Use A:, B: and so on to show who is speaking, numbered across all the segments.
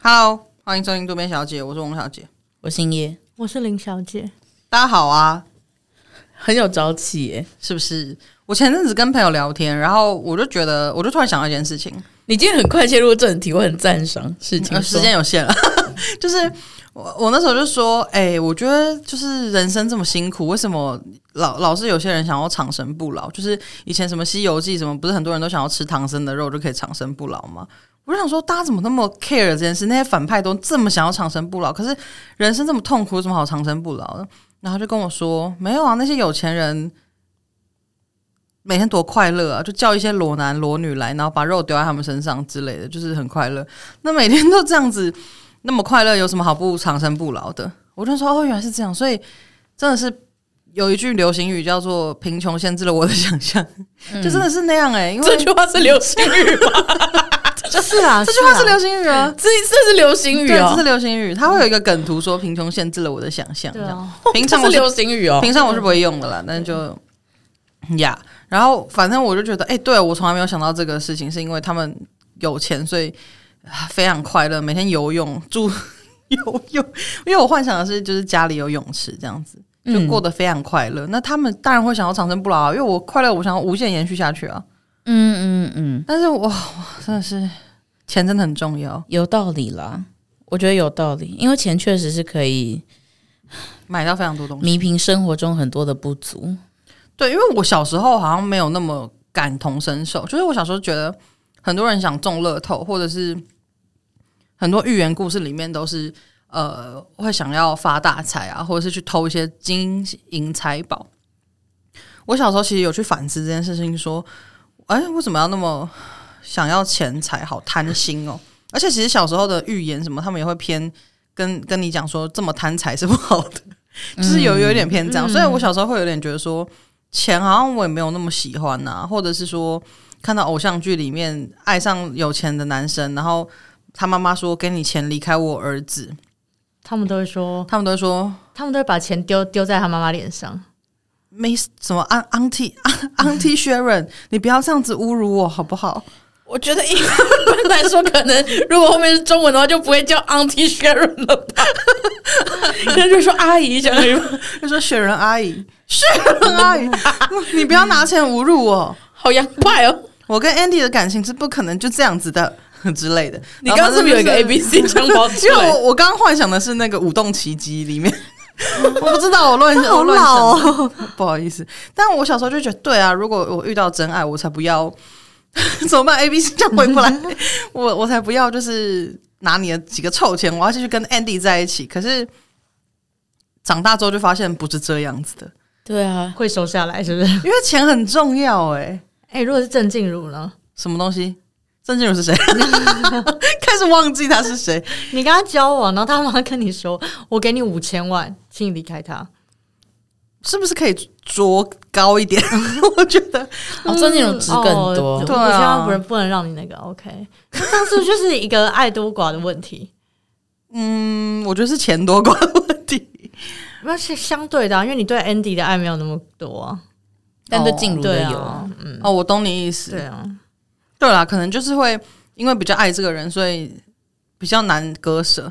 A: Hello，欢迎收听渡边小姐，我是王小姐。
B: 我姓叶，
C: 我是林小姐，
A: 大家好啊，
B: 很有朝气耶。
A: 是不是？我前阵子跟朋友聊天，然后我就觉得，我就突然想到一件事情，
B: 你今天很快切入正题，我很赞赏。事情
A: 呃，时间有限了， 就是我我那时候就说，哎、我觉得就是人生这么辛苦，为什么老老是有些人想要长生不老？就是以前什么《西游记》什么，不是很多人都想要吃唐僧的肉就可以长生不老吗？我就想说，大家怎么那么 care 这件事？那些反派都这么想要长生不老，可是人生这么痛苦，有什么好长生不老的？然后就跟我说，没有啊，那些有钱人每天多快乐啊，就叫一些裸男裸女来，然后把肉丢在他们身上之类的，就是很快乐。那每天都这样子，那么快乐，有什么好不长生不老的？ 我就说哦，原来是这样，所以真的是有一句流行语叫做“贫穷限制了我的想象”，就真的是那样哎、因为
B: 这句话是流行语吗？
C: 是 啊，
A: 这句话是
C: 啊
A: 流行语啊。
B: 这这是流行语
A: 对，这是
B: 哦，
A: 流行语，它会有一个梗图说“贫穷限制了我的想象”，这
C: 对
A: 样。
C: 啊，
A: 平
B: 这
A: 常我
B: 是
A: 是
B: 流行语哦。
A: 平常我是不会用的啦，但是就呀然后反正我就觉得，哎、对我从来没有想到这个事情，是因为他们有钱，所以啊非常快乐，每天游泳住 游泳，因为我幻想的是就是家里有泳池这样子，就
B: 嗯
A: 过得非常快乐。那他们当然会想要长生不老、啊，因为我快乐，我想要无限延续下去啊。
B: 嗯嗯嗯，
A: 但是我哇真的是钱真的很重要，
B: 有道理啦，我觉得有道理，因为钱确实是可以
A: 买到非常多东西。
B: 弥平生活中很多的不足。
A: 对，因为我小时候好像没有那么感同身受，就是我小时候觉得很多人想中乐透，或者是很多寓言故事里面都是呃会想要发大财啊，或者是去偷一些金银财宝。我小时候其实有去反思这件事情，说，哎，为什么要那么想要钱财，好贪心哦？而且其实小时候的寓言什么，他们也会偏跟跟你讲说，这么贪财是不好的，就是有有一点偏这样。所以我小时候会有点觉得说，钱好像我也没有那么喜欢呐、或者是说看到偶像剧里面爱上有钱的男生，然后他妈妈说给你钱离开我儿子，
C: 他们都会说，
A: 他们都会说
C: 他们都会把钱丢丢在他妈妈脸上，
A: 没什么 aunt auntie 啊 auntie Sharon，你不要这样子侮辱我好不好？
B: 我觉 得一般来说，可能如果后面是中文的话，就不会叫 Auntie Sharon 了吧？
C: 嗯
B: 那就说阿姨讲可以吗？
A: 他说雪人阿姨，雪人阿 姨，你不要拿钱侮辱我，
B: 好洋派哦！
A: 我跟 Andy 的感情是不可能就这样子的之类的。
B: 你刚刚是不是有一个 A B C 枪跑出
A: 因为
B: 来？
A: 我我刚刚幻想的是那个《舞动奇迹》里面， 我不知道我乱
C: 好
B: 哦
A: 我乱想
C: 老哦
A: 的， 不好意思。但我小时候就觉得，对啊，如果我遇到真爱，我才不要 怎么办？A B C 这样回不来，我我才不要就是拿你的几个臭钱，我要继续跟 Andy 在一起。可是长大之后就发现不是这样子的，
B: 对啊，
C: 会收下来是不是？
A: 因为钱很重要哎、
C: 哎、如果是郑静茹呢？
A: 什么东西？郑静茹是谁？ 开始忘记他是谁。
C: 你跟他交往，然后他妈跟你说：“我给你五千万，请你离开他。
A: 是不是可以着高一点？ 我觉得
B: 哦，郑静茹值更多。
C: 哦
A: 对
C: 对
A: 啊
C: 五千万不能不能让你那个 OK。那这样是不是就是一个爱多寡的问题？
A: 嗯，我觉得是钱多寡的问题。
C: 那是相对的、啊，因为你对 Andy 的爱没有那么多啊。
B: 但对静茹的
C: 对
B: 有、
C: 啊，嗯，
A: 哦，我懂你意思。
C: 对啊，
A: 对啦，可能就是会因为比较爱这个人，所以比较难割舍。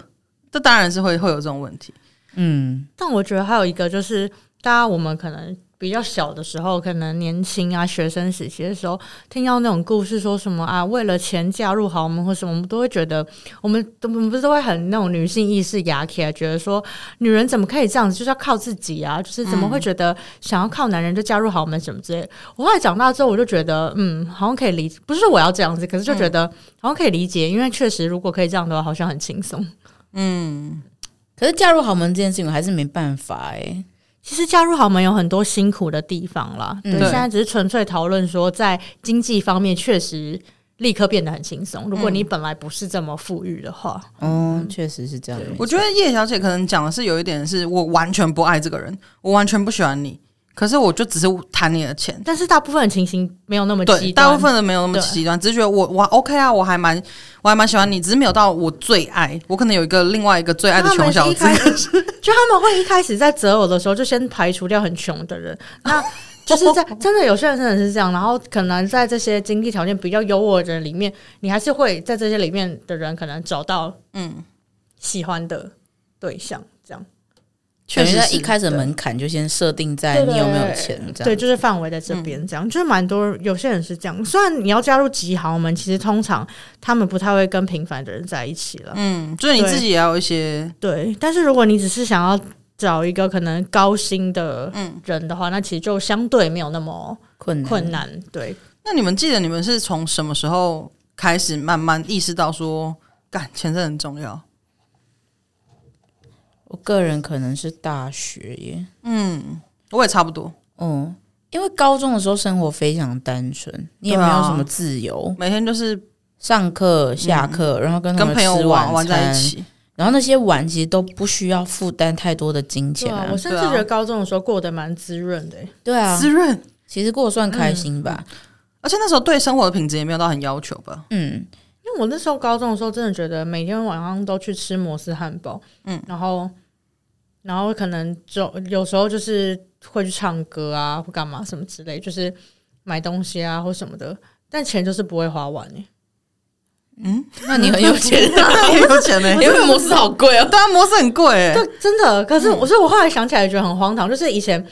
A: 这当然是会会有这种问题。
B: 嗯，
C: 但我觉得还有一个就是，大家我们可能比较小的时候，可能年轻啊、学生时期的时候，听到那种故事，说什么啊，为了钱嫁入豪门或什么，我们都会觉得，嗯我们我们不是都会很那种女性意识压起来，觉得说女人怎么可以这样子，就是要靠自己啊，就是怎么会觉得想要靠男人就嫁入豪门什么之类的。我后来长大之后，我就觉得，嗯，好像可以理，不是说我要这样子，可是就觉得好像可以理解，因为确实如果可以这样的话，好像很轻松。
B: 可是嫁入豪门这件事情我还是没办法哎、
C: 其实嫁入豪门有很多辛苦的地方啦，
B: 嗯
C: 对，
A: 对
C: 现在只是纯粹讨论说，在经济方面确实立刻变得很轻松。如果
A: 嗯
C: 你本来不是这么富裕的话，
B: 哦，确实是这样。
A: 我觉得叶小姐可能讲的是有一点是我完全不爱这个人，我完全不喜欢你，可是我就只是贪你的钱。
C: 但是大部分的情形没有那么
A: 对，
C: 极端，
A: 大部分人没有那么
C: 对
A: 极端，只是觉得我我 OK 啊，我还蛮我还蛮喜欢你，只是没有到我最爱。我可能有一个另外一个最爱的穷小子
C: 他，们一开始就他们会一开始在择偶的时候就先排除掉很穷的人，那就是在真的有些人真的是这样，然后可能在这些经济条件比较优渥的人里面，你还是会在这些里面的人可能找到
A: 嗯，
C: 喜欢的对象，这样
A: 确
B: 确
A: 实
B: 实
A: 是
B: 一开始的门槛就先设定在
C: 对
B: 你
C: 对
B: 有没有
C: 对
B: 钱这样。嗯
C: 对，就是范围在这边，这样、就是蛮多有些人是这样。虽然你要加入几行，我们其实通常他们不太会跟平凡的人在一起了，
A: 嗯，就是你
C: 对
A: 自己也要有一些，
C: 对。但是如果你只是想要找一个可能高薪的
A: 嗯，
C: 人的话，那其实就相对没有那么
B: 困难
C: 困难，对。
A: 那你们记得你们是从什么时候开始慢慢意识到说，干钱真的很重要？
B: 我个人可能是大学耶，
A: 嗯，我也差不多，
B: 嗯，因为高中的时候生活非常单纯，你也没有什么自由，
A: 每天就是
B: 上课、下课，然后跟他
A: 跟
B: 们
A: 朋友
B: 吃
A: 玩
B: 晚
A: 玩在一
B: 餐，
A: 起，
B: 然后那些玩其实都不需要负担太多的金
C: 对
B: 钱
C: 啊
B: 啊，
C: 我甚至
A: 对啊
C: 觉得高中的时候过得蛮滋润的、欸
B: 对啊，
A: 滋润。
B: 其实过得算开心吧，
A: 而且那时候对生活的品质也没有到很要求吧？
B: 嗯，
C: 因为我那时候高中的时候，真的觉得每天晚上都去吃摩斯汉堡，
A: 嗯，
C: 嗯，然后，然后可能就有时候就是会去唱歌啊，或干嘛什么之类，就是买东西啊或什么的，但钱就是不会花完欸诶、
B: 那你很有钱
A: 那也有钱呢、欸
B: 因为摩斯好贵哦，
A: 对啊，摩斯很贵哎、
C: 对，真的。可是我，所以我后来想起来觉得很荒唐，就是以前，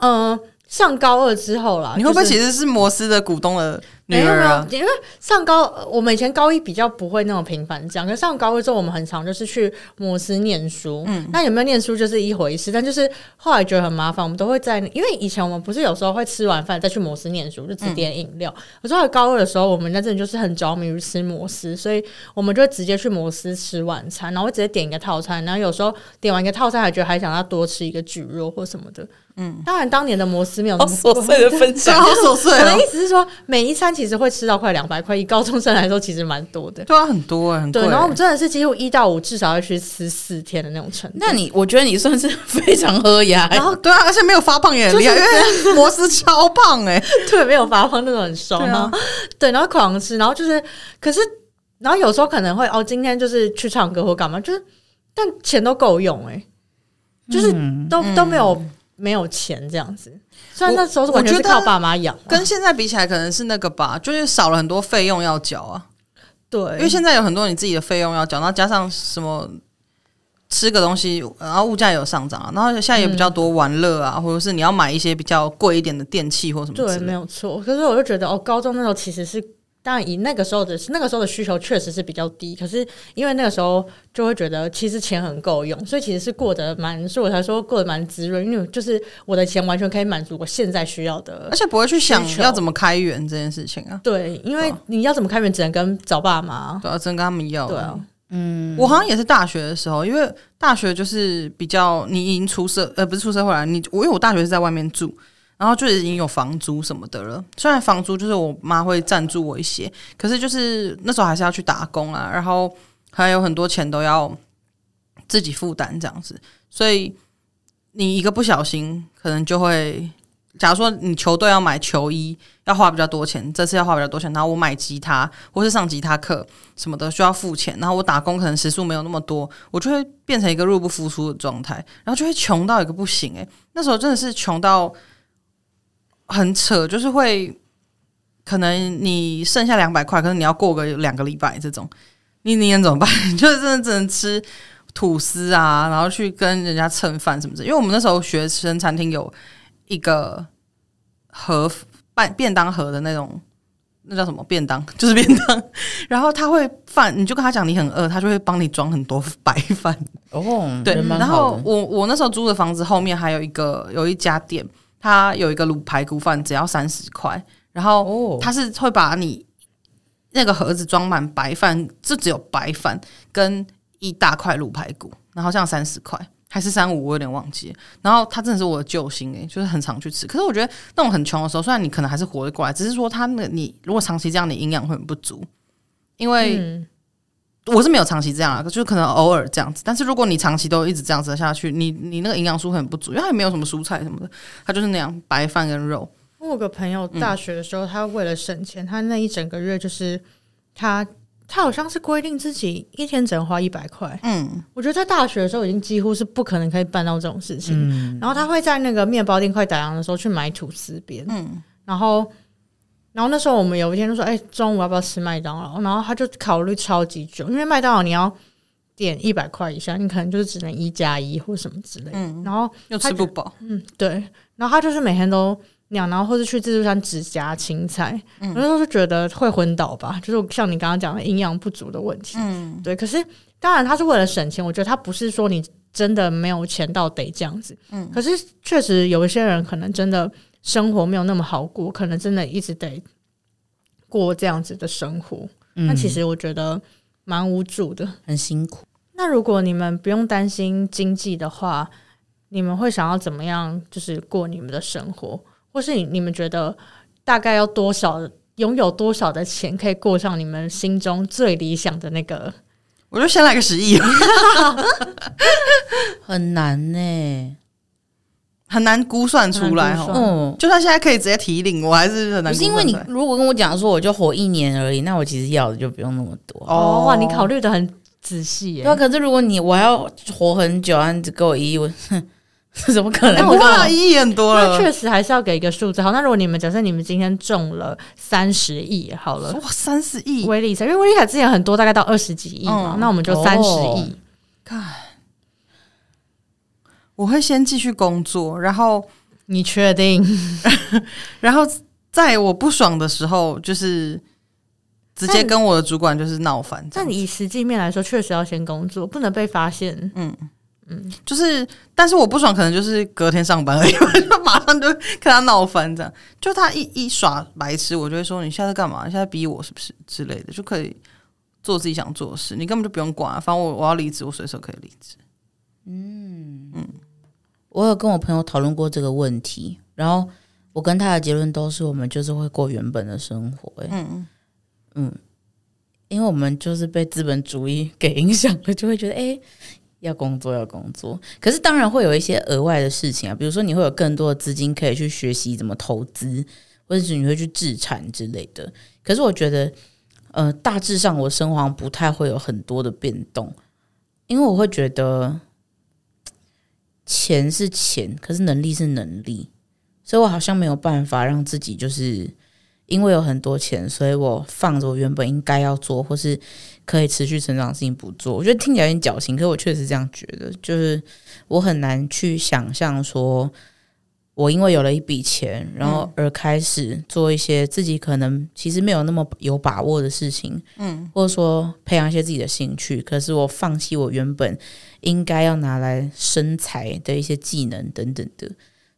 C: 嗯、上高二之后啦，
A: 你会不会
C: 啊就是
A: 其实是摩斯的股东的女
C: 没有
A: 儿
C: 没
A: 啊？
C: 有，因为上高我们以前高一比较不会那种频繁这样，可是上高二之后，我们很常就是去摩斯念书。嗯，那有没有念书就是一回事，但就是后来觉得很麻烦，我们都会在因为以前我们不是有时候会吃完饭再去摩斯念书，就只
A: 嗯
C: 点饮料。可是后来高二的时候，我们那阵就是很着迷于吃摩斯，所以我们就会直接去摩斯吃晚餐，然后会直接点一个套餐，然后有时候点完一个套餐还觉得还想要多吃一个蒟肉或什么的。嗯，当然当年的摩斯没有那
B: 好
C: 么
B: 琐
C: 贵
B: 碎的分
A: 对啊，
B: 享
A: 好。琐碎
C: 我的
A: 哦、
C: 意思是说，每一餐其实会吃到快两百块，以高中生来说，其实蛮多的。
A: 对啊，很多哎、很贵、
C: 对，
A: 欸。
C: 然后我们真的是几乎一到五至少要去吃四天的那种程度。
B: 那你，我觉得你算是非常喝 牙，
C: 然后
A: 对啊，而且没有发胖也很厉害，
C: 就
A: 因 为摩斯超胖哎、
C: 对没有发胖那种很瘦，
A: 对啊
C: 然后对，然后狂吃，然后就是，可是然后有时候可能会哦，今天就是去唱歌或干嘛，就是但钱都够用哎、就是
B: 嗯
C: 都、都没有没有钱这样子。虽然那时候是完全
A: 我
C: 是
A: 觉得
C: 靠爸妈养啊，
A: 跟现在比起来，可能是那个吧，就是少了很多费用要缴啊。
C: 对，
A: 因为现在有很多你自己的费用要缴，然后加上什么吃个东西，然后物价也有上涨啊，然后现在也比较多玩乐啊，或者是你要买一些比较贵一点的电器或什么之类
C: 对，
A: 的。
C: 没有错。可是我就觉得，哦，高中那时候其实是，当然以那个时候的那个时候的需求确实是比较低。可是因为那个时候就会觉得，其实钱很够用，所以其实是过得蛮，所以我才说过得蛮滋润，因为就是我的钱完全可以满足我现在需要的
A: 而。且不会去想
C: 需求
A: 要怎么开源这件事情啊。
C: 对，因为
A: 对啊
C: 你要怎么开源，只能跟找爸妈。
A: 对啊，真跟他们要。
C: 对啊，
B: 嗯，
A: 我好像也是大学的时候，因为大学就是比较你已经出社呃不是出社会了，你我因为我大学是在外面住，然后就已经有房租什么的了。虽然房租就是我妈会赞助我一些，可是就是那时候还是要去打工啊，然后还有很多钱都要自己负担这样子，所以你一个不小心可能就会。假如说你球队要买球衣，要花比较多钱，这次要花比较多钱，然后我买吉他或是上吉他课，什么的需要付钱，然后我打工可能时数没有那么多，我就会变成一个入不敷出的状态，然后就会穷到一个不行诶、那时候真的是穷到很扯，就是会可能你剩下两百块，可是你要过个两个礼拜这种，你你能怎么办？就是真的只能吃吐司啊，然后去跟人家蹭饭什么的。因为我们那时候学生餐厅有一个盒饭便当盒的那种。 那叫什么便当？ 就是便当，然后他会饭，你就跟他讲你很饿，他就会帮你装很多白饭。
B: 哦，
A: 对，
B: 人蛮
A: 然
B: 好
A: 后
B: 的
A: 我我那时候租的房子后面还有一个有一家店，它有一个卤排骨饭，只要三十块，然后
B: 哦，
A: 它是会把你那个盒子装满白饭，就只有白饭跟一大块卤排骨，然后像三十块还是三五，我有点忘记了。然后它真的是我的救星诶、欸就是很常去吃。可是我觉得那种很穷的时候，虽然你可能还是活得过来，只是说它那个你如果长期这样，你营养会很不足，因为、
C: 嗯，
A: 我是没有长期这样啊，就是可能偶尔这样子。但是如果你长期都一直这样子下去，你你那个营养素很不足，因为它也没有什么蔬菜什么的，它就是那样白饭跟肉。
C: 我有个朋友大学的时候，他为了省钱，他那一整个月就是他他好像是规定自己一天只能花一百块。
A: 嗯，
C: 我觉得在大学的时候已经几乎是不可能可以办到这种事情。然后他会在那个面包店快打烊的时候去买吐司边，
A: 嗯
C: 然后，然后那时候我们有一天就说，哎、中午要不要吃麦当劳？然后他就考虑超级久，因为麦当劳你要点一百块以下，你可能就是只能一加一或什么之类的。
A: 嗯，
C: 然后
A: 又
C: 他
A: 吃不饱，
C: 嗯，对。然后他就是每天都酿，然后或是去自助餐只夹青菜。
A: 嗯
C: 我那时候就觉得会昏倒吧，就是像你刚刚讲的营养不足的问题。
A: 嗯
C: 对，可是当然他是为了省钱，我觉得他不是说你真的没有钱到得这样子。
A: 嗯
C: 可是确实有一些人可能真的生活没有那么好过，可能真的一直得过这样子的生活。那其实我觉得蛮无助的。
B: 很辛苦。
C: 那如果你们不用担心经济的话，你们会想要怎么样？就是过你们的生活，或是你你们觉得大概要多少拥有多少的钱，可以过上你们心中最理想的那个？
A: 我就先来个十亿，
B: 很难呢、
A: 很难估算出来
C: 很难估
A: 哦。
C: 算
B: 嗯，
A: 就算现在可以直接提领，我还是很难估算出
B: 不
A: 来。
B: 是因为你如果跟我讲说我就活一年而已，那我其实要的就不用那么多。
C: 哦，哇，你考虑的很仔细耶
B: 对啊，。可是如果你我还要活很久，啊，你只给我一亿，我 这怎么可
A: 那
B: 能？
A: 我哇，一亿很多
C: 那
A: 了，
C: 确实还是要给一个数字。好，那如果你们假设你们今天中了三十亿，好了，
A: 哇，三十亿，
C: 威力彩，因为威力彩之前很多大概到二十几亿嘛，
A: 嗯
C: 那我们就
B: 哦
C: 三十亿。
A: 看，我会先继续工作，然后，
C: 你确定？
A: 然后在我不爽的时候，就是直接跟我的主管就是闹翻。这
C: 但
A: 样
C: 你以实际面来说，确实要先工作，不能被发现。
A: 就是，但是我不爽，可能就是隔天上班而已， 我就马上就跟他闹翻，这样。就他一一耍白痴，我就会说你现在在干嘛？你现在逼我是不是之类的，就可以做自己想做的事，你根本就不用管、啊反正我我要离职，我随手可以离职。
B: 我有跟我朋友讨论过这个问题，然后我跟他的结论都是我们就是会过原本的生活、欸
A: 嗯，
B: 因为我们就是被资本主义给影响了，就会觉得哎、诶要工作要工作。可是当然会有一些额外的事情啊，比如说你会有更多的资金可以去学习怎么投资，或者是你会去自产之类的。可是我觉得，呃，大致上我生活好像不太会有很多的变动，因为我会觉得钱是钱，可是能力是能力，所以我好像没有办法让自己就是。因为有很多钱，所以我放着我原本应该要做或是可以持续成长的事情不做。我觉得听起来有点矫情，可是我确实这样觉得，就是我很难去想象说，我因为有了一笔钱，然后而开始做一些自己可能其实没有那么有把握的事情，嗯，或者说培养一些自己的兴趣。可是我放弃我原本应该要拿来生财的一些技能等等的，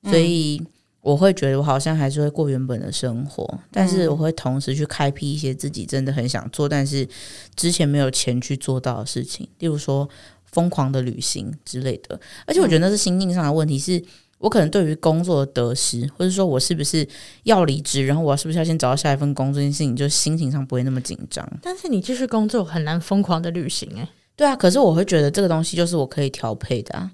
B: 所以。我会觉得我好像还是会过原本的生活，但是我会同时去开辟一些自己真的很想做，但是之前没有钱去做到的事情，例如说疯狂的旅行之类的。而且我觉得那是心境上的问题，是我可能对于工作的得失，或者说我是不是要离职，然后我是不是要先找到下一份工作这件事情，就心情上不会那么紧张。
C: 但是你继续工作很难疯狂的旅行哎、
B: 对啊，可是我会觉得这个东西就是我可以调配的、啊，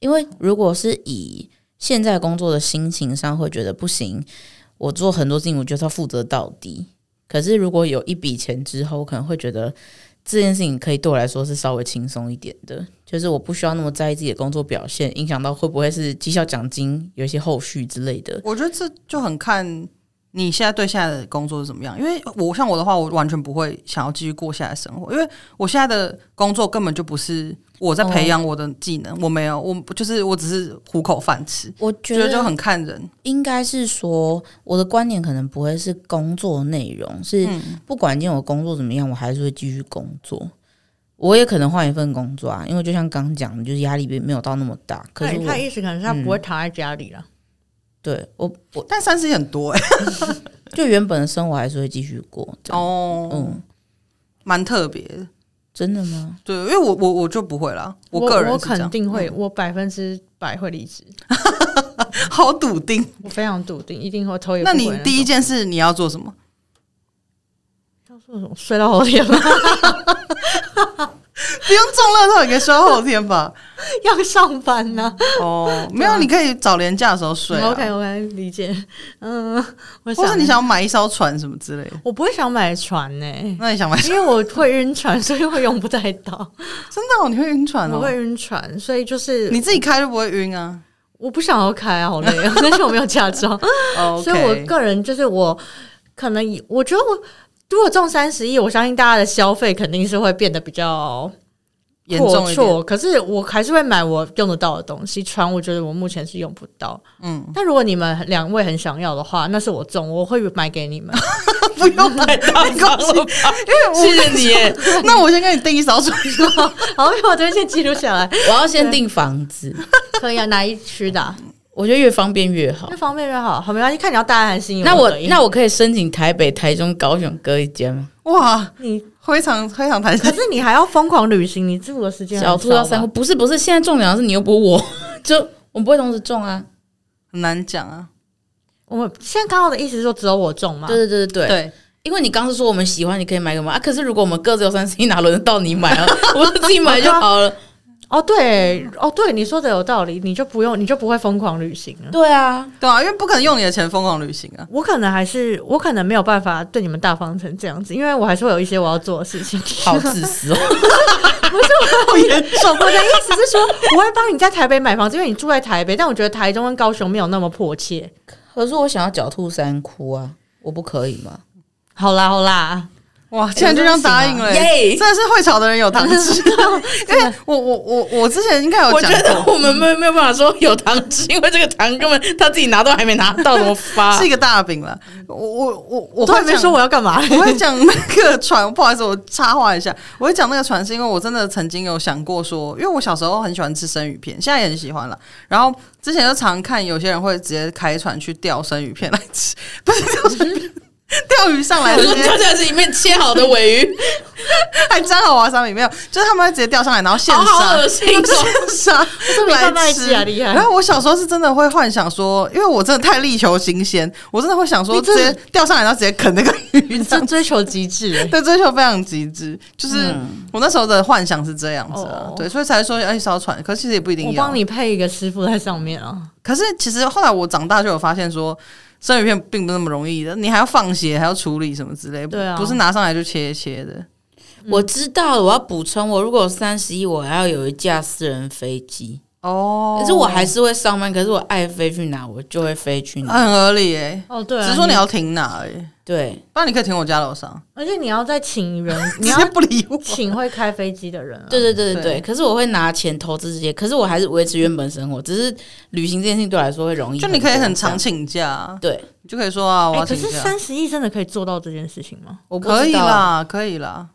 B: 因为如果是以现在工作的心情上，会觉得不行，我做很多事情，我就是要负责到底。可是如果有一笔钱之后，我可能会觉得这件事情可以对我来说是稍微轻松一点的，就是我不需要那么在意自己的工作表现，影响到会不会是绩效奖金有一些后续之类的。
A: 我觉得这就很看你现在对现在的工作是怎么样。因为我像我的话，我完全不会想要继续过现在的生活，因为我现在的工作根本就不是我在
C: 哦
A: 培养我的技能，我没有，我就是我只是糊口饭吃，
B: 我
A: 觉得就很看人。
B: 应该是说，我的观点可能不会是工作内容，是
C: 嗯
B: 不管今天我工作怎么样，我还是会继续工作。我也可能换一份工作啊，因为就像刚讲的，就是压力并没有到那么大。可
C: 那
B: 是
C: 你他
B: 我
C: 的意思可能是嗯他不会躺在家里了。
B: 对我我
A: 但三十也很多哎、
B: 就原本的生活还是会继续过。哦，
A: 哦，
B: 嗯，
A: 蛮特别的。
B: 真的 吗？
A: 对，因为我我我就不会啦，
C: 我
A: 个人
C: 我
A: 是这样
C: 肯定会，我百分之百会离职，
A: 好笃定。
C: 我非常笃定，一定会头也不
A: 那
C: 回
A: 你
C: 种
A: 第一件事你要做什么？
C: 要说什么睡到后天吗？
A: 不用中乐透也可以睡到后天 吧？
C: 要上班呢、
A: 哦，没有，你可以早廉价的时候睡、啊。
C: 啊嗯 OK，我能理解。嗯，我
A: 或
C: 想嗯
A: 是你想要买一艘船什么之类的，
C: 我不会想买船呢、
A: 那你想买？
C: 因为我会晕船， 所以我用不太到。
A: 真的、哦，你会晕 船
C: 我
A: 哦？
C: 会晕船，所以就是
A: 你自己开就不会晕啊。
C: 我不想要开啊，好累啊！ 但是我没有驾照，
A: OK，
C: 所以我个人就是我可能以我觉得我。如果中三十亿，我相信大家的消费肯定是会变得比较
A: 严重
C: 阔
A: 一点。
C: 绰，可是我还是会买我用得到的东西。船我觉得我目前是用不到，
A: 嗯，
C: 但如果你们两位很想要的话，那是我中，我会买给 你们。
A: 不用买大
B: 好
A: 高
B: 了
A: 兴。
B: 吧谢谢你耶，
A: 那我先跟你订一艘船。
C: 好，我这边先记录下来。
B: 我要先订房子，
C: 可以啊，哪一区的啊、
B: 我觉得越方便越 好
C: 那。方便越好。好，没关系，看你要大安还是新
B: 那我那
C: 我
B: 我可以申请台北、台中、高雄各一间吗？
A: 哇，
C: 你，
A: 非常非常弹
C: 可
A: 性。
C: 是你还要疯狂旅行，你自我的时啊间很
B: 小兔到
C: 少吧
B: 三户，不是不是，现在中奖的是你又不是我， 就我们不会同时中啊。
A: 很难讲啊。
C: 我现在刚好的意思是说只有我中嘛？
B: 对对对对对，
A: 对，
B: 因为你刚是说我们喜欢，你可以买给我们啊。可是如果我们各自有三十一，哪轮得到你买 啊？我就自己买就好了。
C: 哦对哦对，你说的有道理，你就不用，你就不会疯狂旅行了。
B: 对啊，
A: 对啊，因为不可能用你的钱疯狂旅行啊。
C: 我可能还是我可能没有办法对你们大方成这样子，因为我还是会有一些我要做的事情。
B: 好自私哦。
A: 好严重，
C: 我的意思是说，我会帮你在台北买房子，因为你住在台北，但我觉得台中跟高雄没有那么迫切。
B: 可是我想要狡兔三窟啊，我不可以吗？
C: 好啦好啦，
A: 哇，竟然就这样答应了、
B: 耶
A: 真的是会吵的人有糖吃。 因为我我我我之前应该有
B: 我觉
A: 讲
B: 得
A: 过，
B: 我们没有没有办法说有糖吃，因为这个糖 根本他自己拿都还没拿到，怎么发？
A: 是一个大饼了。我我我我
C: 我都
A: 会
C: 还没
A: 讲
C: 说我要干嘛。
A: 我会讲那个船，不好意思，我插话一下。我会讲那个船，是因为我真的曾经有想过说，因为我小时候很喜欢吃生鱼片，现在也很喜欢了。然后之前就常看有些人会直接开船去钓生鱼片来吃，不是钓生鱼片，钓鱼上来
B: 我
A: 直
B: 说
A: 接
B: 跳下来是里面切好的尾 鱼，
A: 还沾好瓦萨米，没有，就是他们会直接钓上来，然后现
B: 好
A: 杀。
B: 好恶心哦！
A: 杀
C: 没贩
A: 来
C: 卖
A: 吃
C: 机啊厉害
A: 然后我小时候是真的会幻想说，因为我真的太力求新鲜，我真的会想说
C: 你
A: 直
C: 真的
A: 接钓上来，然后直接啃那个鱼
C: 你，
A: 这
C: 追
A: 样
C: 追求极致、欸，
A: 对追求非常极致。就是我那时候的幻想是这样子啊
C: 哦，
A: 对，所以才说要一艘船，可是其实也不一定
C: 我
A: 要
C: 帮。你配一个师傅在上面啊。
A: 可是其实后来我长大就有发现说。生鱼片并不是那么容易的，你还要放血，还要处理什么之类，
C: 对啊
A: 不是拿上来就切一切的。
B: 我知道了，我要补充，我如果三十一，我还要有一架私人飞机。
A: 哦
B: 可是我还是会上班，可是我爱飞去哪，我就会飞去哪。
A: 很合理诶、
C: 哦，对、啊，
A: 只是说你要停哪而已，
B: 对，
A: 不然你可以停我家楼上，
C: 而且你要再请人，你
A: 直
C: 要
A: 接不 理我。
C: 请会开飞机的人、啊。
B: 对对对对
A: 对
B: 对。可是我会拿钱投资这些，可是我还是维持原本生活，只是旅行这件事情对我来说会容易
A: 就
B: 多。
A: 你可以很常
B: 这样
A: 请假，
B: 对，
A: 你就可以说
B: 哦
A: 啊，我
C: 哎、
A: 要
C: 可
A: 请
C: 是
A: 假，
C: 三十亿真的可以做到这件事情吗？
B: 我不
A: 可以
B: 知道，
A: 啦，可以啦。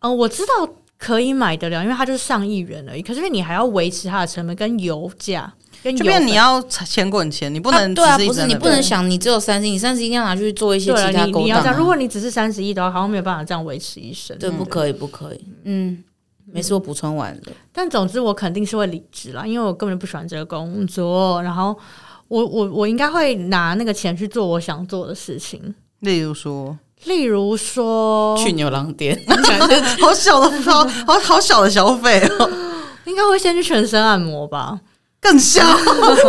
C: 嗯、我知道可以买得了，因为它就是上亿元而已。可是因为你还要维持它的成本跟油价，跟
A: 就
C: 油
A: 变
C: 费
A: 你要钱滚钱，你不
B: 啊
A: 能
B: 对啊，
A: 只一
B: 不
A: 直在
B: 是你
A: 那
B: 不能
A: 边
B: 想你只有三十一，你三十一定要拿去做一些
C: 对
B: 其
C: 啊，
B: 他
C: 你
B: 勾
C: 你要
B: 当
C: 这样。如
B: 啊。
C: 果你只是三十亿的话，好像没有办法这样维持一生。
B: 对，不可以，不可以。嗯，没事，我补充完了。
C: 嗯但总之，我肯定是会离职啦，因为我根本就不喜欢这个工作。然后我我我应该会拿那个钱去做我想做的事情，
A: 例如说，
C: 例如说，
B: 去牛郎店，
A: 好小的好好好小的消费哦，
C: 应该会先去全身按摩吧，
A: 更 小，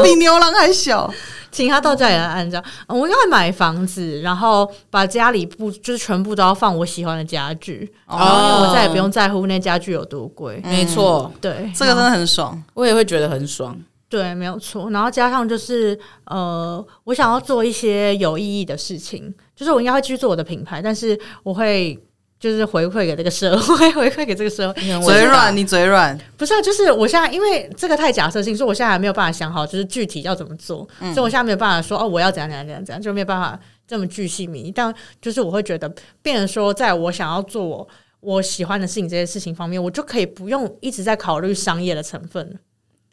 A: 比牛郎还小。
C: 请他到家里来按照。嗯我应该会买房子，然后把家里不就是全部都要放我喜欢的家具，
A: 哦
C: 然后因为我再也不用在乎那家具有多贵。
B: 没错，
C: 对，
A: 嗯这个真的很爽，
B: 我也会觉得很爽。
C: 对，没有错。然后加上就是呃，我想要做一些有意义的事情，就是我应该会继续做我的品牌，但是我会就是回馈给这个社会， 回馈给这个社会。
B: 因为我
A: 嘴
B: 知道
A: 软你嘴软，
C: 不是啊，就是我现在因为这个太假设性，所以我现在还没有办法想好就是具体要怎么做，
A: 嗯
C: 所以我现在没有办法说哦，我要怎样怎样怎样怎样，就没有办法这么具细迷。但就是我会觉得，变成说，在我想要做我我喜欢的事情这些事情方面，我就可以不用一直在考虑商业的成分了。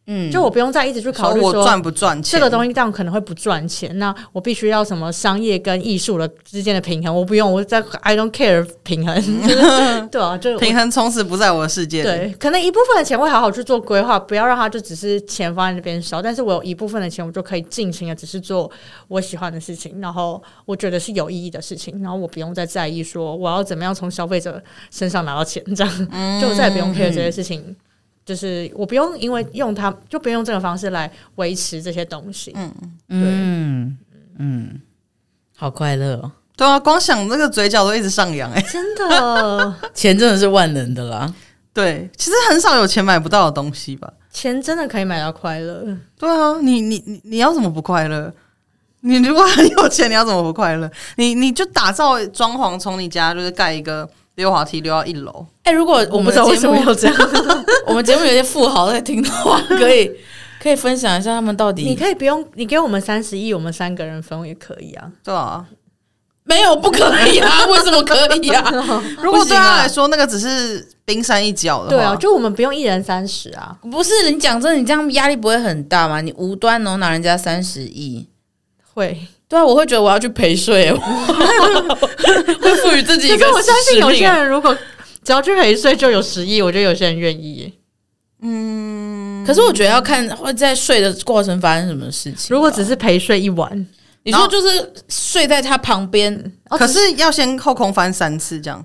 B: 嗯，
C: 就我不用再一直去考虑
A: 说我
C: 说
A: 赚不赚钱
C: 这个东西这样可能会不赚钱，那我必须要什么商业跟艺术的之间的平衡，我不用，我在 I don't care 平衡，就是对啊，就是我
A: 平衡从此不在我的世界里。
C: 对，可能一部分的钱会好好去做规划，不要让它就只是钱放在那边烧，但是我有一部分的钱，我就可以尽情的只是做我喜欢的事情，然后我觉得是有意义的事情，然后我不用再在意说我要怎么样从消费者身上拿到钱，这样、就我再也不用 care 这些事情。就是我不用因为用它，就不用这个方式来维持这些东西。
B: 嗯嗯，好快乐哦！
A: 对啊，光想这个嘴角都一直上扬哎、
C: 真的，
B: 钱真的是万能的啦，
A: 对，其实很少有钱买不到的东西吧？
C: 钱真的可以买到快乐。
A: 对啊，你你你你要怎么不快乐？你如果很有钱，你要怎么不快乐？你你就打造装潢，从你家就是盖一个溜滑梯溜到一楼，
B: 哎、如果
C: 我
B: 我
C: 不
B: 们
C: 知
B: 的
C: 道为
B: 节
C: 什么
B: 目，
C: 要这样，
B: 我们节目有些富豪在听的话，可以可以分享一下他们到底
C: 你可以不用，你给我们三十亿，我们三个人分也可以 啊。
A: 对啊。
B: 没有不可以 啊？为什么可以
C: 哦
B: 啊？
A: 如果对
B: 不行
A: 他
B: 啊
A: 来说，那个只是冰山一角的话，
C: 对啊，就我们不用一人三十啊，
B: 不是你讲真的，你这样压力不会很大吗？你无端哦能拿人家三十亿，
C: 会。
B: 对啊，我会觉得我要去陪睡，我会赋予自己
C: 可
B: 一
C: 是
B: 个
C: 我相信有
B: 使
C: 些
B: 命啊
C: 人如果只要去陪睡就有十亿，我觉得有些人愿意。
B: 可是我觉得要看会在睡的过程发生什么事
A: 啊
B: 情吧。
C: 如果只是陪睡一晚，
B: 你说就是睡在他旁边，
C: 哦
A: 可是要先后空翻三次这样。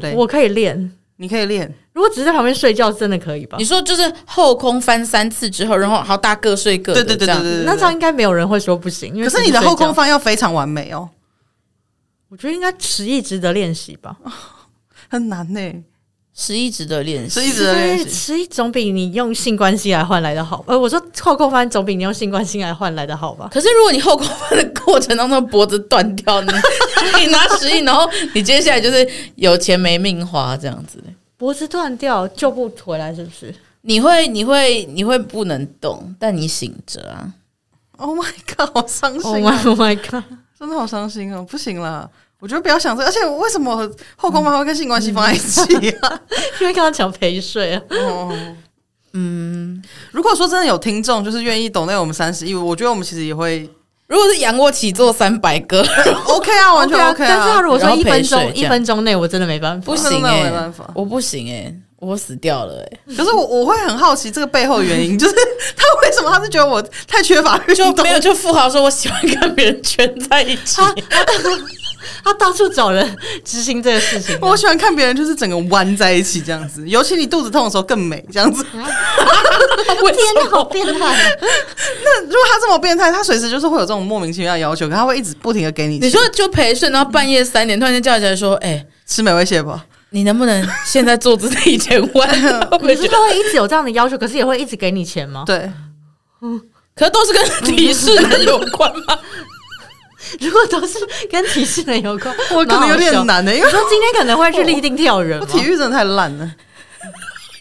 A: 对，
C: 我可以练。
A: 你可以练，
C: 如果只是在旁边睡觉，真的可以吧
B: 你？说就是后空翻三次之后，然后好大家各睡各的，
A: 对对对
B: 这样
A: 对对对。
C: 那这样应该没有人会说不行，因为
A: 可是
C: 只
A: 你的
C: 睡
A: 后空
C: 觉，
A: 翻要非常完美哦，
C: 我觉得应该十亿值得练习吧。
A: 很难呢、
B: 十一值得练习
A: 是。一直在练习。
C: 十亿总比你用性关系来换来的好。呃，我说后空翻总比你用性关系来换来的好吧？
B: 可是如果你后空翻的过程当中脖子断掉，你 你拿十亿，然后你接下来就是有钱没命花这样子，
C: 脖子断掉救不回来，是不是？
B: 你会你会你会不能动，但你醒着啊。
A: Oh my god，好伤
C: Oh
A: 心、啊
C: my oh my god！
A: 真的好伤心哦，不行啦！我觉得不要想这，而且为什么后空翻会跟性关系放在一起啊？
C: 因为刚刚讲陪睡啊，
A: 哦，嗯，如果说真的有听众就是愿意懂那我们三十亿，我觉得我们其实也会
B: 如果是仰卧起坐三百 个，
A: OK 啊，完全 OK 啊。
C: 但是他如果说
B: 然后
C: 一分
B: 陪
C: 钟
B: 睡这
C: 一
B: 样
C: 分钟内，我真的没办法
B: 不。行
A: 那
B: 哎、
A: 没办法
B: 我不行哎、我死掉了哎、
A: 可是我我会很好奇这个背后的原因，就是他为什么他是觉得我太缺乏运
B: 就
A: 动啊
B: 没？有就富豪说我喜欢跟别人圈在一起，
C: 他到处找人执行这个事情啊，
A: 我喜欢看别人就是整个弯在一起这样子，尤其你肚子痛的时候更美这样子。
B: 为什
C: 天哪，
B: 么
C: 好变态！
A: 那如果他这么变态，他随时就是会有这种莫名其妙的要求，可他会一直不停的给你
B: 你
A: 吃
B: 说就陪睡，然后半夜三点突然间叫起来说：“哎、
A: 吃美味蟹吧。
B: 你能不能现在坐姿立 前弯？”会不
C: 你
B: 会
C: 是
B: 觉
C: 都
B: 得？
C: 会一直有这样的要求，可是也会一直给你钱吗？
A: 对，
B: 可是都是跟体式的有关吗？
C: 如果都是跟体适能有关，
A: 我可能有点
C: 蛮好笑。
A: 难欸的、因
C: 你
A: 为
C: 说今天可能会去立定跳人
A: 我
C: 吗？
A: 体育真的太烂了。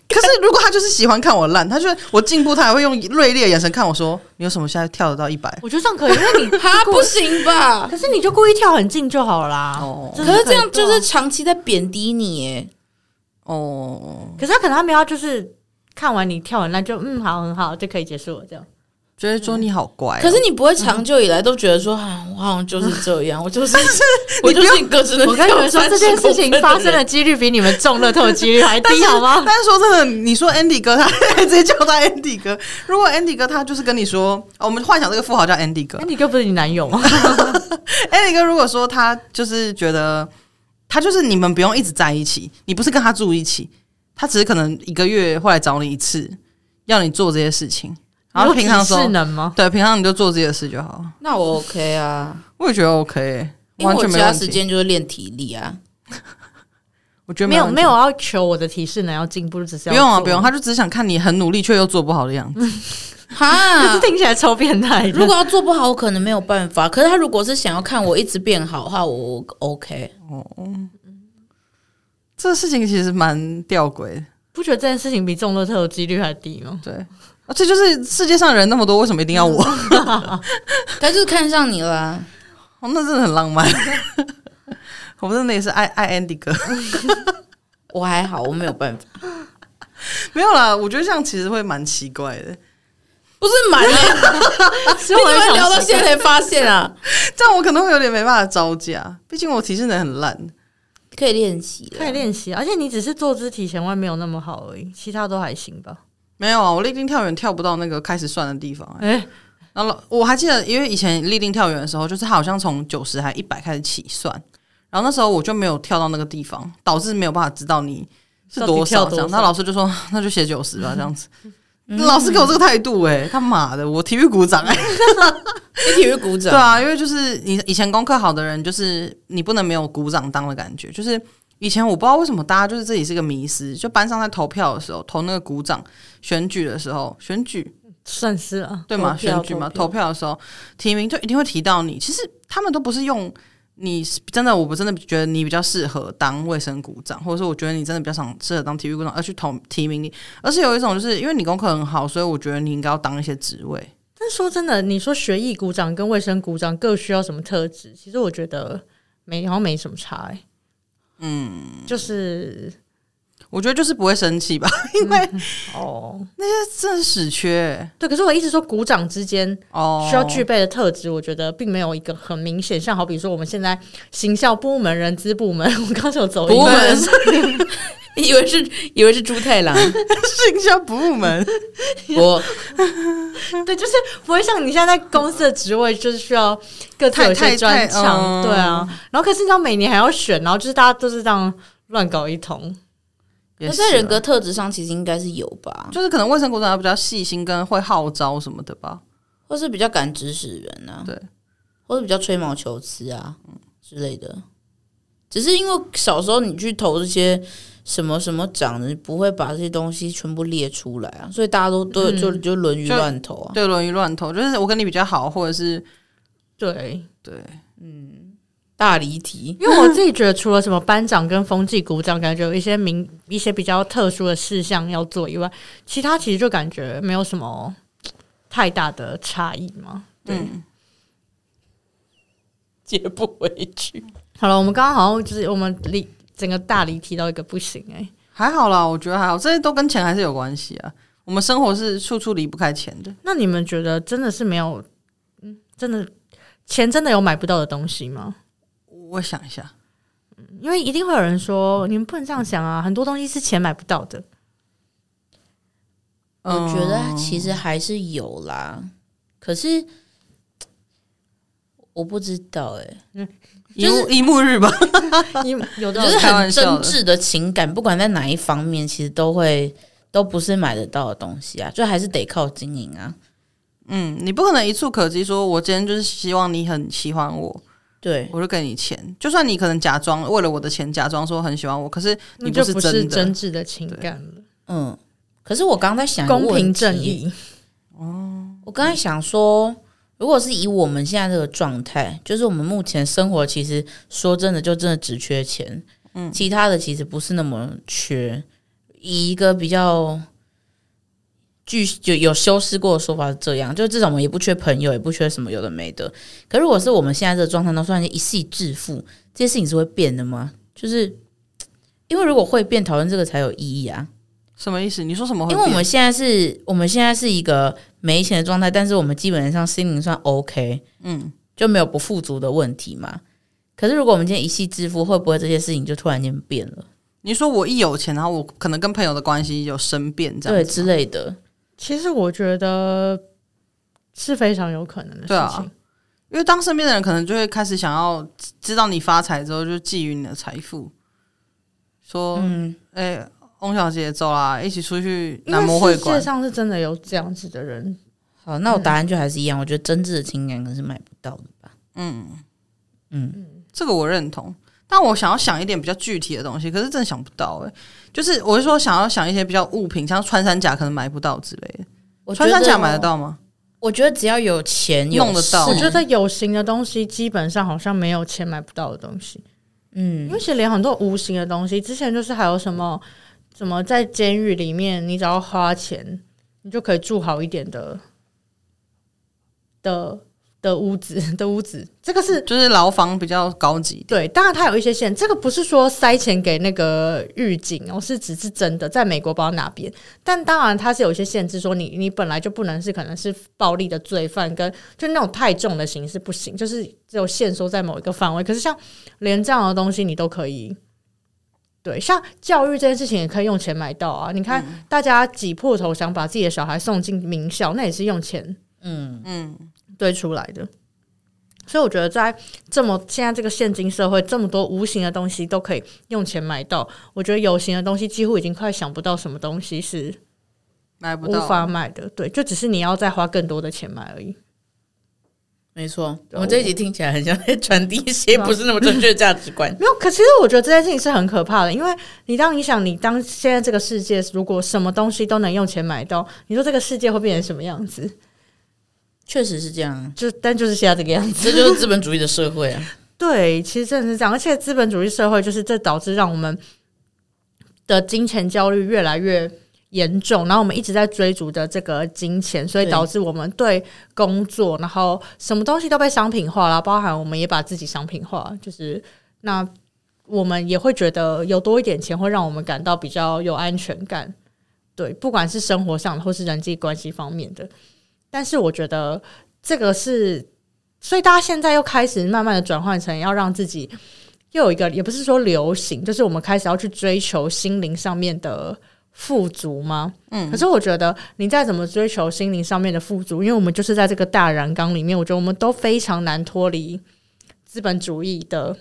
A: 可是如果他就是喜欢看我烂，他觉得我进步，他还会用锐利的眼神看我说：“你有什么现在跳得到一百
C: 我觉得这样可以，因为你
B: 哈， 不行吧？
C: 可是你就故意跳很近就好啦。
A: 哦
B: 可是这样
C: 做
B: 就
C: 啊
B: 是，长期在贬低你耶。？”
A: 哦，
C: 可是他可能他们要就是看完你跳完那就嗯好很好就可以结束了这样。
A: 觉得说你好乖哦、
B: 可是你不会长久以来都觉得说啊，我好像就是这 样，我就是我
A: 你不
B: 就
A: 要
B: 是一个只能
C: 我跟你们说，
B: 跳
C: 这件事情
B: 30
C: 发生的
B: 公
C: 几率比你们中乐透的几率 还
A: 但
C: 低，
A: 是
C: 好吗？
A: 但是说真的，你说 Andy 哥，他 直接叫他 Andy 哥。如果 Andy 哥他就是跟你说，哦、我们幻想这个富豪叫 Andy 哥
C: 那，你哥不是 你男友吗？
A: Andy 哥如果说他就是觉得他就是你们不用一直在一起，你不是跟他住一起，他只是可能一个月会来找你一次，要你做这些事情，然后平常的时
C: 是
A: 候
C: 能吗？
A: 对平常你就做这些事就好了。
B: 那我 OK 啊，
A: 我也觉得 OK，欸、
B: 因为
A: 完
B: 我
A: 全
B: 其
A: 没
B: 他
A: 问
B: 时
A: 题。
B: 间就是练体力啊。
A: 我觉得
C: 没有
A: 问题
C: 没有要求我的提示能要进步，只是
A: 不
C: 要
A: 用啊
C: 做
A: 不用，。他就只想看你很努力却又做不好的样子。
C: 可是
B: 哈，
C: 听起来超变态的。
B: 如果要做不好，我可能没有办法。可是他如果是想要看我一直变好的话，我我 OK。
A: 这事情其实蛮吊诡的，
C: 不觉得这件事情比中乐透的几率还低吗？
A: 对。啊，这就是世界上人那么多，为什么一定要 我？
B: 他就是看上你啊啦。
A: 哦，那真的很浪漫。 我们真的也是爱爱 Andy 哥。
B: 我还好，我没有办法。
A: 没有啦，我觉得这样其实会蛮奇怪的。
B: 不是满嘞、
C: 所以
B: 你怎
C: 我
B: 么
C: 在
B: 会
C: 想
B: 聊到
C: 说
B: 现在才发现啊？
A: 这样我可能会有点没办法招架，毕竟我提示能很烂。
B: 可以练习 啦，
C: 可以练习，而且你只是坐姿体前弯没有那么好而已，其他都还行吧。
A: 没有啊，我立定跳远跳不到那个开始算的地方、欸。
C: 哎、
A: 然后老我还记得，因为以前立定跳远的时候，就是它好像从九十还一百开始起算，然后那时候我就没有跳到那个地方，导致没有办法知道你是多少
C: 到底跳多少嗯
A: 这样。那老师就说，那就写九十吧，这样子。 老师给我这个态度、欸，他妈的，我体育鼓掌、欸，
B: 给体育鼓
A: 对
B: 掌。
A: 啊，因为就是你以前功课好的人，就是你不能没有鼓掌当的感觉。就是以前我不知道为什么大家就是自己是个迷失，就班上在投票的时候投那个鼓掌，选举的时候选举
C: 算是啊，
A: 对嘛
B: 投票
A: 选举嘛
B: 投
A: 投
B: 票
A: 票的时候提名就一定会提到你。其实他们都不是用你真的，我不真的觉得你比较适合当卫生鼓掌，或者是我觉得你真的比较想适合当体育鼓掌而去投提名你，而是有一种就是因为你功课很好，所以我觉得你应该要当一些职位。
C: 但说真的，你说学艺鼓掌跟卫生鼓掌各需要什么特质？其实我觉得没，好像没什么差、欸。嗯，就是
A: 我觉得就是不会生气吧， 因为
C: 哦，
A: 真的是死缺欸
C: 对。可是我一直说鼓掌之间
A: 哦，
C: 需要具备的特质，我觉得并没有一个很明显。像好比说，我们现在行销部门、人资部门，我刚刚就有走一
B: 部
C: 个
B: 门， 以为是以为是猪太 郎，
A: 行销部门，
B: 我
C: 对，就是不会像你现在在公司的职位，就是需要各自有一
A: 太
C: 些
A: 太
C: 专
A: 太
C: 长，
A: 嗯
C: 对啊。然后可是你知道每年还要选，然后就是大家都是这样乱搞一通，
A: 也
B: 那
A: 是
B: 在人
A: 啊
B: 格特质上其实应该是有吧，
A: 就是可能卫生股长比较细心，跟会号召什么的吧。
B: 或是比较敢指使人啊，
A: 对，
B: 或者比较吹毛求疵啊之类的。只是因为小时候你去投这些什么什么奖的，你不会把这些东西全部列出来啊，所以大家都都就就轮于
A: 就
B: 乱投啊。
A: 对，轮于乱投，就是我跟你比较好，或者是
C: 对。
A: 对，
B: 大离题，
C: 因为我自己觉得，除了什么班长跟风纪股长，感觉有一些明一些比较特殊的事项要做以外，其他其实就感觉没有什么太大的差异嘛。
A: 嗯，
B: 接不回去。
C: 好了，我们刚刚好像就是我们离整个大离提到一个不行哎、
A: 还好啦，我觉得还好，这些都跟钱还是有关系啊。我们生活是处处离不开钱的，
C: 那你们觉得真的是没有，嗯，真的钱真的有买不到的东西吗？
A: 我想一下，
C: 因为一定会有人说你们不能这样想啊，很多东西是钱买不到 的。
B: 我觉
A: 嗯
B: 得其实还是有啦，可是我不知道哎、
A: 一幕一幕日吧，
C: 你有
B: 就是
A: 开
B: 很
A: 玩
B: 真
A: 笑的
B: 挚的情感，不管在哪一方面，其实都会都不是买得到的东西啊，就还是得靠经营啊。
A: 嗯，你不可能一触可及，说我今天就是希望你很喜欢我，
B: 对，
A: 我就给你钱，就算你可能假装为了我的钱假装说很喜欢我，可是
C: 那
A: 你
C: 就
A: 不是
C: 不
A: 真
C: 是
A: 的，
C: 真挚的情感了，
B: 嗯。可是我刚在想一个
C: 公
B: 问
C: 平
B: 题
C: 正，义。
B: 我刚才想说，如果是以我们现在这个状态，就是我们目前生活，其实说真的，就真的只缺钱，嗯，其他的其实不是那么缺。以一个比较具就有修饰过的说法是这样，就至少我们也不缺朋友，也不缺什么有的没的。可如果是我们现在这个状态，那突然间一夕致富，这些事情是会变的吗？就是因为如果会变，讨论这个才有意义啊。
A: 什么意思？你说什么会
B: 因
A: 变？
B: 为我们现在是我们现在是一个没钱的状态，但是我们基本上心灵算 OK，
A: 嗯，
B: 就没有不富足的问题嘛。可是如果我们今天一夕致富，会不会这些事情就突然间变了？
A: 你说我一有钱，然后我可能跟朋友的关系有生变这
B: 对
A: 样子
B: 之类的，
C: 其实我觉得是非常有可能的事
A: 对啊
C: 情。
A: 因为当身边的人可能就会开始想要知知道你发财之后，就觊觎你的财富，说，嗯，哎、翁小姐走啦，一起出去
C: 因
A: 南摩
C: 为
A: 会
C: 世界
A: 馆。
C: 上是真的有这样子的人，
B: 好，那我答案就还是一样，我觉得真挚的情感可能是买不到的吧。
A: 这个我认同。但我想要想一点比较具体的东西，可是真的想不到哎、就是我是说想要想一些比较物品，像穿山甲可能买不到之类的。
B: 我觉
A: 穿
B: 得
A: 山甲买得，到吗？
B: 我觉得只要有钱有
A: 弄得到
B: 势
C: 我觉得有形的东西基本上好像没有钱买不到的东西。
B: 嗯
C: 因，为其实连很多无形的东西，之前就是还有什么什么在监狱里面，你只要花钱，你就可以住好一点的的的屋子的屋子，这个是
A: 就是牢房比较高级。
C: 对，当然它有一些限，这个不是说塞钱给那个狱警哦，是只是真的，在美国不知道哪边，但当然它是有一些限制，说你你本来就不能是可能是暴力的罪犯，跟就那种太重的刑是不行，就是只有限缩在某一个范围。可是像连这样的东西你都可以。对，像教育这件事情也可以用钱买到啊！你看，大家挤破头想把自己的小孩送进名校，那也是用钱
B: 嗯，
A: 嗯，
C: 堆出来的。所以我觉得，在这么现在这个现今社会，这么多无形的东西都可以用钱买到，我觉得有形的东西几乎已经快想不到什么东西是
A: 买不
C: 无
A: 到。
C: 法买的。对，就只是你要再花更多的钱买而已。
B: 没错。
C: 对
B: 我们这一集听起来很像在传递一些
C: 吗。
B: 不是那么正确的价值观
C: 没有，可其实我觉得这件事情是很可怕的，因为你当你想，你当现在这个世界如果什么东西都能用钱买到，你说这个世界会变成什么样子？
B: 确实是这样啊，
C: 就但就是现在这个样子。
B: 这就是资本主义的社会啊。
C: 对，其实真的是这样，而且资本主义社会就是这导致让我们的金钱焦虑越来越严重，然后我们一直在追逐的这个金钱，所以
B: 对
C: 导致我们对工作，然后什么东西都被商品化了，包含我们也把自己商品化，就是那我们也会觉得有多一点钱会让我们感到比较有安全感，对，不管是生活上的或是人际关系方面的，但是我觉得这个是所以大家现在又开始慢慢的转换成要让自己又有一个，也不是说流行，就是我们开始要去追求心灵上面的富足吗？嗯，可是我觉得你再怎么追求心灵上面的富足，因为我们就是在这个大染缸里面，我觉得我们都非常难脱离资本主义的。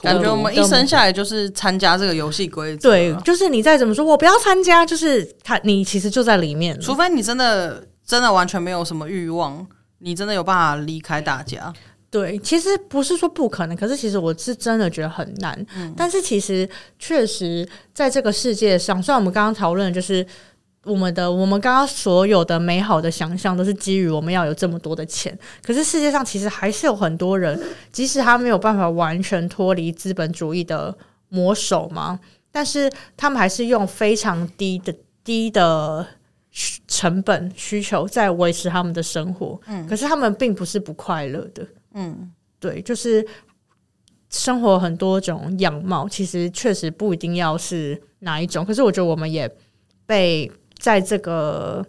A: 感觉我们一
C: 的
A: 生下来就是参加这个游戏规则。啊
C: 对，就是你再怎么说，我不要参加，就是他，你其实就在里面了。
A: 除非你真的真的完全没有什么欲望，你真的有办法离开大家。
C: 对，其实不是说不可能，可是其实我是真的觉得很难。但是其实确实在这个世界上，虽然我们刚刚讨论的就是我们的，我们刚刚所有的美好的想象都是基于我们要有这么多的钱，可是世界上其实还是有很多人，即使他没有办法完全脱离资本主义的魔手嘛，但是他们还是用非常低的低的。需成本需求在维持他们的生活，可是他们并不是不快乐的，对，就是生活很多种样貌，其实确实不一定要是哪一种。可是我觉得我们也被在这个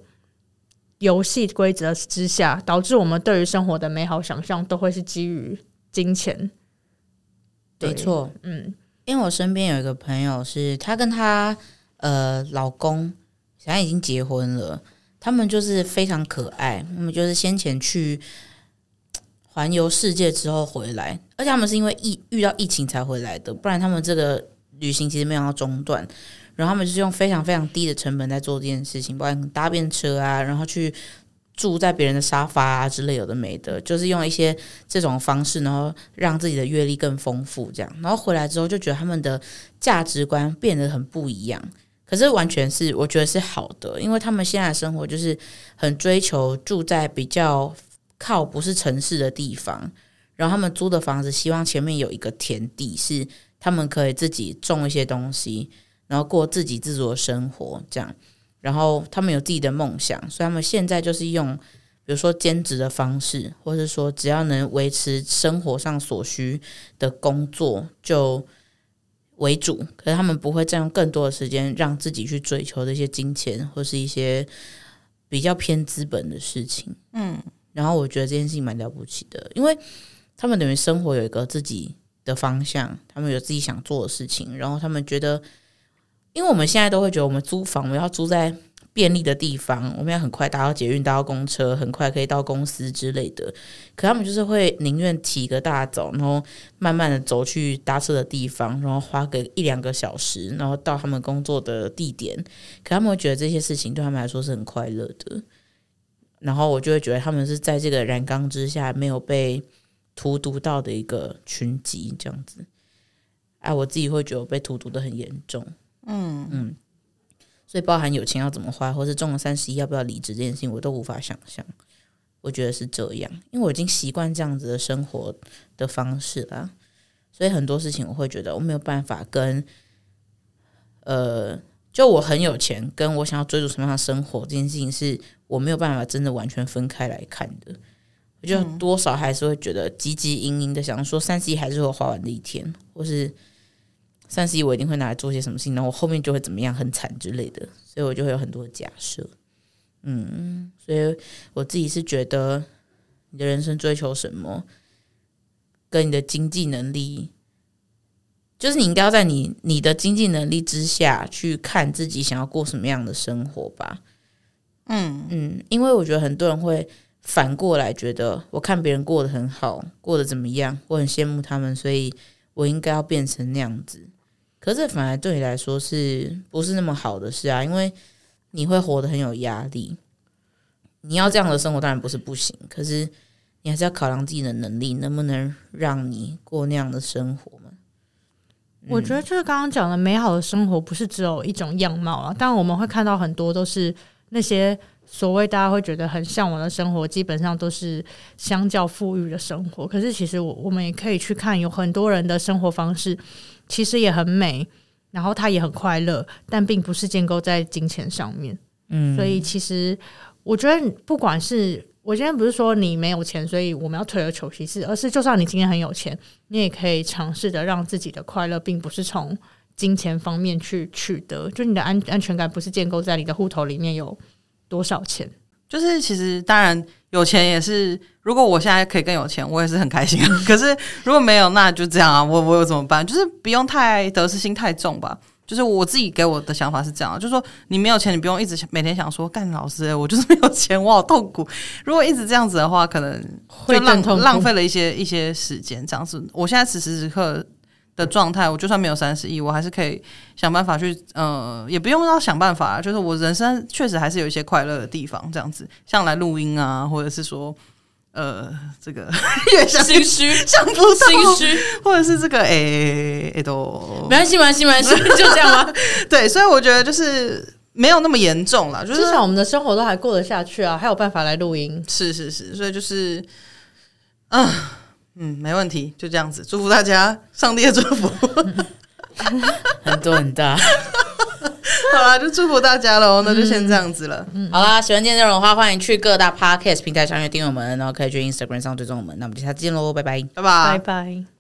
C: 游戏规则之下，导致我们对于生活的美好想象都会是基于金钱。对
B: 没错，
C: 嗯，
B: 因为我身边有一个朋友是，她跟她呃老公现在已经结婚了，他们就是非常可爱，他们就是先前去环游世界之后回来，而且他们是因为疫遇到疫情才回来的，不然他们这个旅行其实没有要中断。然后他们就是用非常非常低的成本在做这件事情，包括搭便车啊，然后去住在别人的沙发啊之类有的没的，就是用一些这种方式，然后让自己的阅历更丰富，这样，然后回来之后就觉得他们的价值观变得很不一样。可是完全是我觉得是好的，因为他们现在的生活就是很追求住在比较靠不是城市的地方，然后他们租的房子希望前面有一个田地，是他们可以自己种一些东西，然后过自给自足的生活这样。然后他们有自己的梦想，所以他们现在就是用比如说兼职的方式，或是说只要能维持生活上所需的工作就为主，可是他们不会占用更多的时间让自己去追求这些金钱或是一些比较偏资本的事情。嗯，然后我觉得这件事情蛮了不起的，因为他们等于生活有一个自己的方向，他们有自己想做的事情，然后他们觉得，因为我们现在都会觉得我们租房，我们要租在便利的地方，我们要很快搭到捷运、搭到公车，很快可以到公司之类的。可他们就是会宁愿起个大早，然后慢慢的走去搭车的地方，然后花个一两个小时，然后到他们工作的地点。可他们会觉得这些事情对他们来说是很快乐的。然后我就会觉得他们是在这个染缸之下没有被荼毒到的一个群集，这样子。哎，我自己会觉得我被荼毒的很严重。嗯嗯，所以包含有钱要怎么花，或是中了三十一要不要离职这件事情，我都无法想象。我觉得是这样，因为我已经习惯这样子的生活的方式啦，所以很多事情我会觉得我没有办法跟，呃，就我很有钱，跟我想要追逐什么样的生活这件事情，是我没有办法真的完全分开来看的。我就多少还是会觉得汲汲营营的想说，三十一还是会花完的一天，或是三十一我一定会拿来做些什么事情，然后我后面就会怎么样很惨之类的，所以我就会有很多的假设。嗯，所以我自己是觉得你的人生追求什么，跟你的经济能力，就是你应该要在你你的经济能力之下去看自己想要过什么样的生活吧。嗯嗯，因为我觉得很多人会反过来觉得，我看别人过得很好，过得怎么样，我很羡慕他们，所以我应该要变成那样子。可是反而对你来说是不是那么好的事啊？因为你会活得很有压力。你要这样的生活当然不是不行，可是你还是要考量自己的能力，能不能让你过那样的生活嘛？
C: 我觉得就是刚刚讲的，美好的生活不是只有一种样貌啊，但我们会看到很多都是那些所谓大家会觉得很向往的生活，基本上都是相较富裕的生活。可是其实我我们也可以去看，有很多人的生活方式其实也很美，然后他也很快乐，但并不是建构在金钱上面。
B: 嗯
C: 所以其实我觉得，不管是我今天不是说你没有钱，所以我们要退而求其次，而是就算你今天很有钱，你也可以尝试着让自己的快乐，并不是从金钱方面去取得，就你的安安全感不是建构在你的户头里面有多少钱。
A: 就是其实当然有钱也是，如果我现在可以更有钱，我也是很开心。啊 可是如果没有，那就这样啊，我我有怎么办？就是不用太得失心太重吧。就是我自己给我的想法是这样啊，就是说你没有钱，你不用一直每天想说干老师、我就是没有钱，我好痛苦。如果一直这样子的话，可能
C: 会
A: 就
C: 更
A: 浪
C: 痛苦
A: 浪费了一些一些时间。这样子，我现在此时此刻的状态，我就算没有三十亿，我还是可以想办法去，呃，也不用要想办法，就是我人生确实还是有一些快乐的地方。这样子，像来录音啊，或者是说，呃，这个越想越
B: 心虚，
A: 想不到，
B: 心虚，
A: 或者是这个，哎、欸、哎都
B: 没关系，没关系，没关系，就这样吧。
A: 对，所以我觉得就是没有那么严重啦，就是
C: 至少我们的生活都还过得下去啊，还有办法来录音。
A: 是是是，所以就是，嗯、嗯，没问题，就这样子，祝福大家，上帝的祝福，
B: 很多很大。
A: 好啦，就祝福大家喽，那就先这样子了，
B: 好啦，喜欢今天内容的话，欢迎去各大 podcast 平台上面订阅我们，然后可以去 Instagram 上追踪我们。那我们就下次见喽，拜拜。
A: 拜拜。
C: 拜拜。